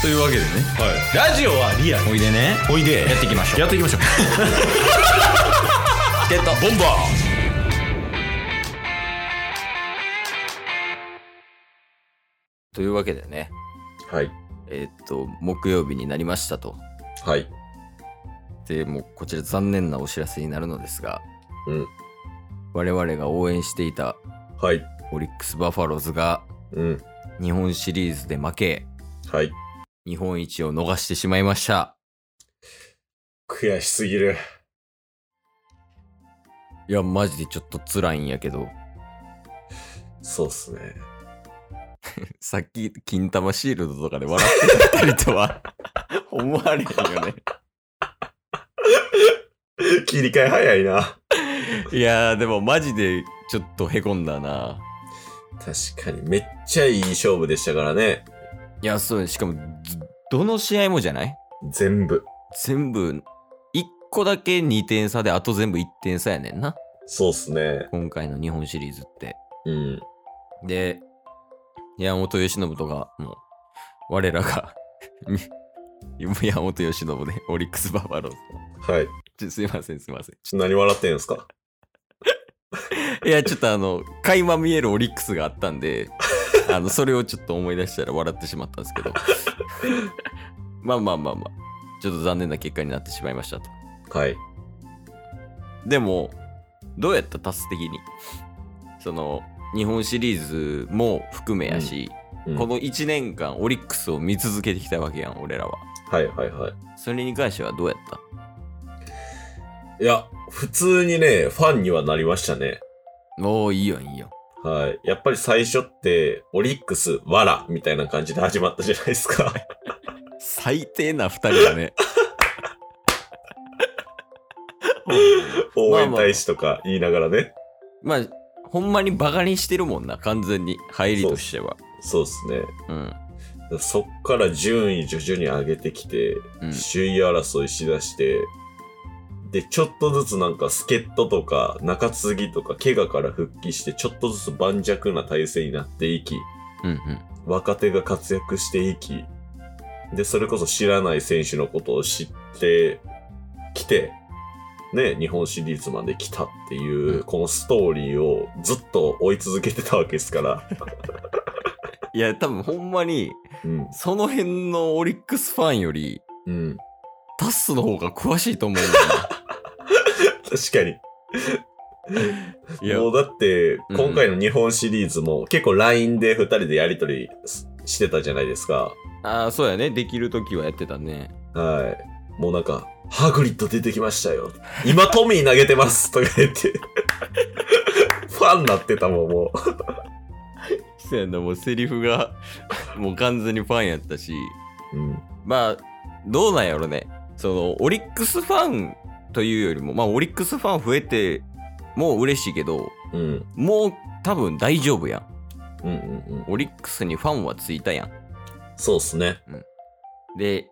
というわけでねはい、ラジオはリアルおいでねおいでやっていきましょうやって いきましょうゲットボンバというわけでねはい。えーっと木曜日になりましたとはい。でもうこちら残念なお知らせになるのですがうん。我々が応援していたはい。オリックス・バファローズがうん。日本シリーズで負けはい。日本一を逃してしまいました悔しすぎる。いやマジでちょっと辛いんやけどそうっすね。 さっき金玉シールドとかで笑ってたりとは 思われへんよね切り替え早いな。いやーでもマジでちょっとへこんだな確かに、めっちゃいい勝負でしたからね。いやそうしかもずどの試合もじゃない全部。全部1個だけ2点差であと全部1点差やねんなそうっすね。今回の日本シリーズってうん。で、山本由伸とか、もう、我らが み、山本由伸で、オリックス・バファローズはい。ちょすいません、すいません。ちょ何笑ってんすかいや、ちょっとあの、垣間見えるオリックスがあったんで、 あの、それをちょっと思い出したら笑ってしまったんですけど、まあまあまあまあ、ちょっと残念な結果になってしまいましたと。はい。でも、どうやったタス的に。その、日本シリーズも含めやし、うんこの1年間オリックスを見続けてきたわけやん俺らははいはいはそれに関してはどうやったい。いや、普通にね、ファンにはなりましたね。おおいいよいいよはい。やっぱり最初って、オリックス、わら、みたいな感じで始まったじゃないですか。最低な2人だね 応援大使とか言いながらね。まあほんまにバカにしてるもんな完全に入りとしてはそうっすね。うんそっから順位徐々に上げてきて、うん首位争いしだして、で、ちょっとずつなんか助っ人とか中継ぎとか怪我から復帰して、ちょっとずつ盤石な体制になっていき、うんうん若手が活躍していき、で、それこそ知らない選手のことを知ってきて、ね、日本シリーズまで来たっていう、うんこのストーリーをずっと追い続けてたわけで すから。いや多分ほんまにうん。その辺のオリックスファンよりうん。タッスの方が詳しいと思うん確かに。 だいやもうだって、うん今回の日本シリーズも結構 LINE で2人でやりとりししてたじゃないですか。ああそうやねできる時はやってたねはい。もうなんか、ハグリッド出てきましたよ。今トミー投げてますとか言って。 ファンになってたもん、もう。そうやなもうセリフが もう完全にファンやったしうん。まあ、どうなんやろね。その、オリックスファンというよりも、まあ、オリックスファン増えても嬉しいけど、うん。もう多分大丈夫やん。うんうんうん。オリックスにファンはついたやん。そうっすね。で、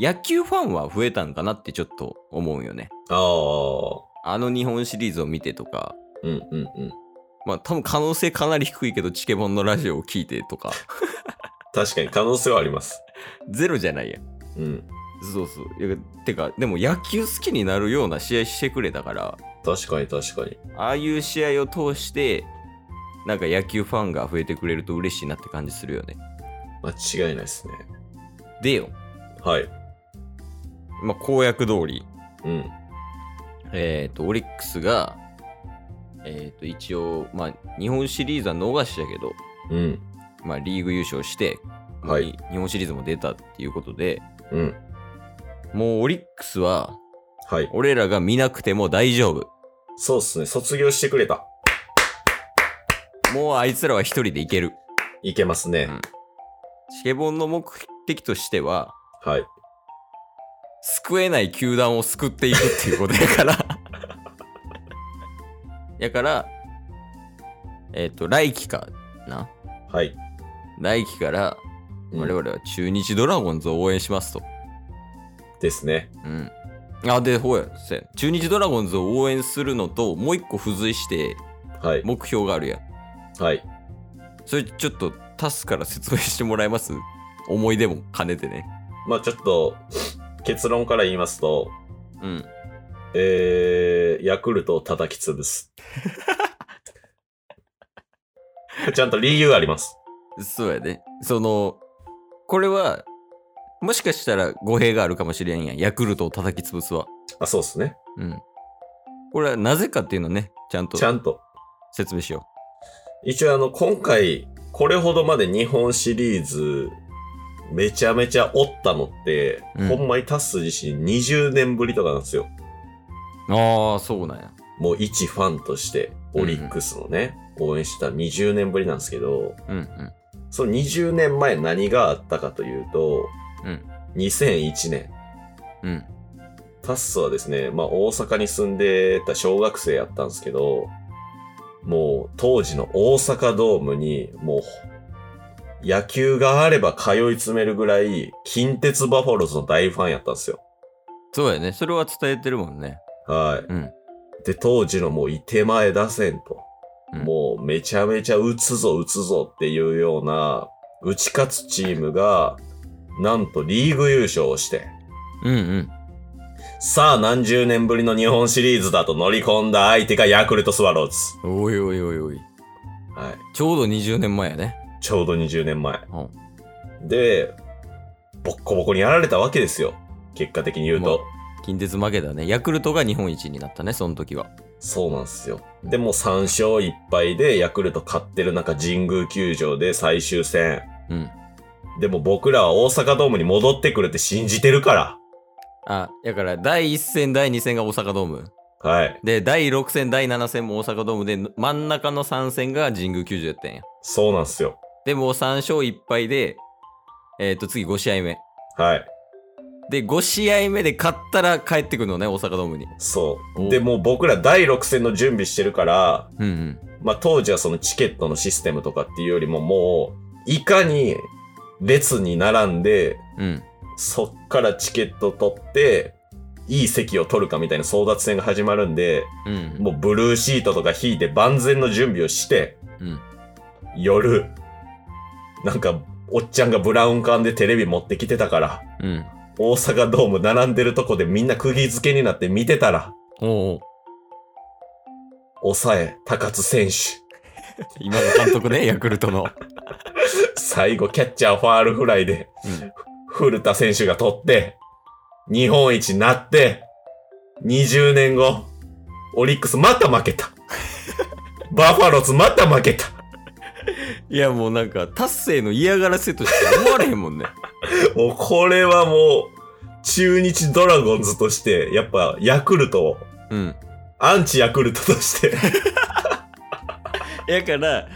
野球ファンは増えたんかなってちょっと思うよね。ああ。あの日本シリーズを見てとか、うんうんうん。まあ多分可能性かなり低いけど、チケボンのラジオを聞いてと か、確かに可能性はあります。ゼロじゃないやん。うん。そうそう。いやてか、でも野球好きになるような試合してくれたから、確かに確かに。ああいう試合を通して、なんか野球ファンが増えてくれると嬉しいなって感じするよね。間違いないっすね。でよ、はい。まあ、公約通り、うん。えっ、と、オリックスが、えっ、と、一応、まあ、日本シリーズは逃したけど、うん。まあ、リーグ優勝して、まあはい。日本シリーズも出たっていうことで、うん。もうオリックスは、はい。俺らが見なくても大丈夫。そうっすね。卒業してくれた。もうあいつらは一人でいける。いけますね。シケボンの目的としては、はい。救えない球団を救っていくっていうことやから。 やから、えっ、と、来季かな。はい。来季から、うん我々は中日ドラゴンズを応援しますと。ですね。うん。あ、で、ほうや、せや中日ドラゴンズを応援するのと、もう一個付随して、はい。目標があるやん。はい。それちょっと、タスから説明してもらえます思い出も兼ねてね。まあちょっと、結論から言いますと、うん。えー、ヤクルトを叩き潰す。 ちゃんと理由あります。そうやで。その、これは、もしかしたら語弊があるかもしれんやん。ヤクルトを叩き潰すは。あ、そうですね。うん。これはなぜかっていうのね、ちゃんとちゃんと。説明しよ一応あの、今回、これほどまで日本シリーズ、めちゃめちゃおったのって、うんほんまにタッス自身20年ぶりとかなんですよ。う。ああ、そうなんや。もう一ファンとして、オリックスのね、応援してた20年ぶりなんですけど、うんうん。その20年前何があったかというと、うん2001年、うん。タッスはですね、まあ大阪に住んでた小学生やったんですけど、もう当時の大阪ドームに、もう野球があれば通い詰めるぐらい、近鉄バファローズの大ファンやったんですよ。そうやね。それは伝えてるもんね。はい。うん。で、当時のもうい手前打線と、うんもうめちゃめちゃ打つぞ打つぞっていうような、打ち勝つチームが、なんとリーグ優勝をして、うんうん。さあ何十年ぶりの日本シリーズだと乗り込んだ相手がヤクルトスワローズ。おいおいおいおい。はい。ちょうど20年前やね。ちょうど20年前。うんで、ボッコボコにやられたわけですよ。結果的に言うと。近鉄負けだね。ヤクルトが日本一になったね、その時は。そうなんですよ。で、もう3勝1敗でヤクルト勝ってる中、神宮球場で最終戦。うん。でも僕らは大阪ドームに戻ってくるって信じてるかあ、だから第1戦、第2戦が大阪ドーム。ら。はい。で、第6戦、第7戦も大阪ドームで、真ん中の3戦が神宮球場やったんや。そうなんですよ。でもう3勝1敗で、えっ、と、次5試合目。はい。で、5試合目で勝ったら帰ってくるのね、大阪ドームに。そおう。で、もう僕ら第6戦の準備してるから、うんうん。まあ、当時はそのチケットのシステムとかっていうよりももう、いかに列に並んで、うん。そっからチケット取って、いい席を取るかみたいな争奪戦が始まるんで、うん。もうブルーシートとか引いて万全の準備をして、うん。夜、なんか、おっちゃんがブラウン管でテレビ持ってきてたから、うん。大阪ドーム並んでるとこでみんな釘付けになって見てたら、おうおう。抑え、高津選手。今の監督ね、 ヤクルトの。最後、キャッチャーファールフライで、うん古田選手が取って、日本一になって、20年後、オリックスまた負け た。バファローズまた負けた。いや、もうなんか、達成の嫌がらせとしか思われへんもんね。もうこれはもう、中日ドラゴンズとして、やっぱヤクルトを、 うん。アンチヤクルトとして、 やから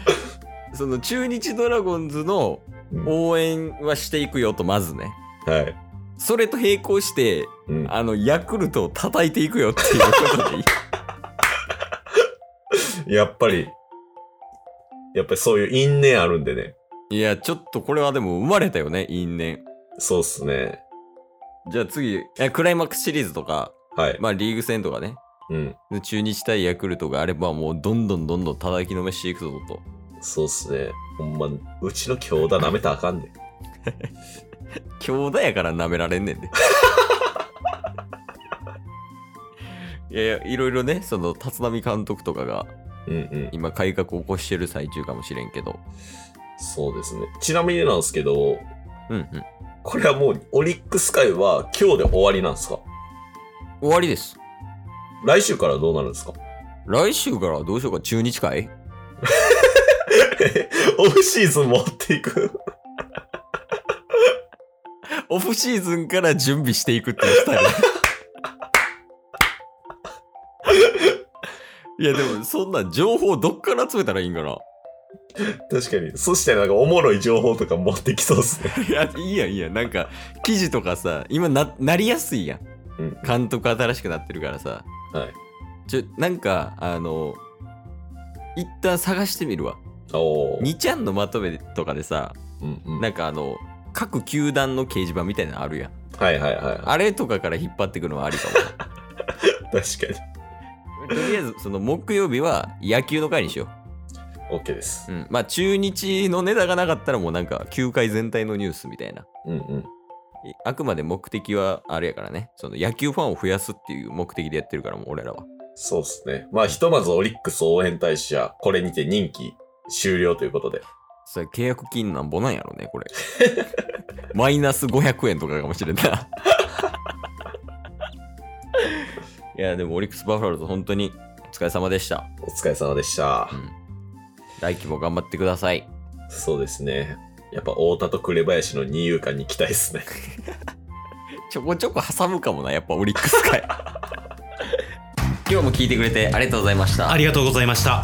その中日ドラゴンズの応援はしていくよとまずねはい。それと並行してうん、あのヤクルトを叩いていくよっていうことでいいやっぱり、やっぱりそういう因縁あるんでね。いやちょっとこれはでも生まれたよね因縁そうっすね。じゃあ次えクライマックスシリーズとか、はい。まあ、リーグ戦とかねうん。で中日対ヤクルトがあればもうどんどんどんどん叩きのめしていくぞとそうっすね。ほんま、うちの兄弟舐めたらあかんで。兄弟やから舐められんねんでいやいやいろいろねその立浪監督とかがうんうん。今改革を起こしてる最中かもしれんけどそうですね。ちなみになんですけど、うんうんこれはもう、オリックス界は今日で終わりなんですか終わりです来週からどうなるんですか 来週からはどうしようか中日会オフシーズン持っていく。オフシーズンから準備していくっていうスタイ ルいやでもそんな情報どっから集めたらいいんかな確かに。そしたらなんかおもろい情報とか持ってきそうですね。いやいいやんいいやんなんか記事とかさ今ななりやすいやんうん。監督新しくなってるからさはい。ちょなんかあの一旦探してみるわおー。 2ちゃんのまとめとかでさうんうん。なんかあの各球団の掲示板みたいなのあるやんはいはいはい。あれとかから引っ張ってくのはありかも確かに。なとりあえずその木曜日は野球の回にしよ OK ですう。ん、まあ中日のネタがなかったらもうなんか球界全体のニュースみたいなうんうん。いあくまで目的はあれやからねその野球ファンを増やすっていう目的でやってるからもう俺らはそうですね。まあ、ひとまずオリックス応援大使は、これにて任期終了ということで。それ契約金なんぼなんやろねこれマイナス500円とかかもしれんないやでもオリックス・バファローズ本当にお疲れ様でした、お疲れ様でしたう。ん、来季も頑張ってくださいそうですね。やっぱ、太田と紅林の二遊間に期待ですね。ちょこちょこ挟むかもなやっぱオリックス界 今日も聞いてくれてありがとうございましたありがとうございました